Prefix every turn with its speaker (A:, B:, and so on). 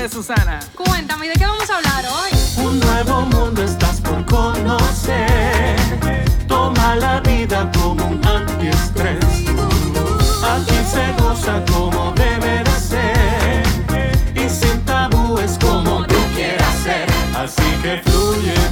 A: de Susana.
B: Cuéntame, ¿y ¿de qué vamos a hablar hoy?
C: Un nuevo mundo estás por conocer. Toma la vida como un antiestrés. Aquí se goza como debe de ser. Y sin tabúes como tú quieras ser. Así que fluye.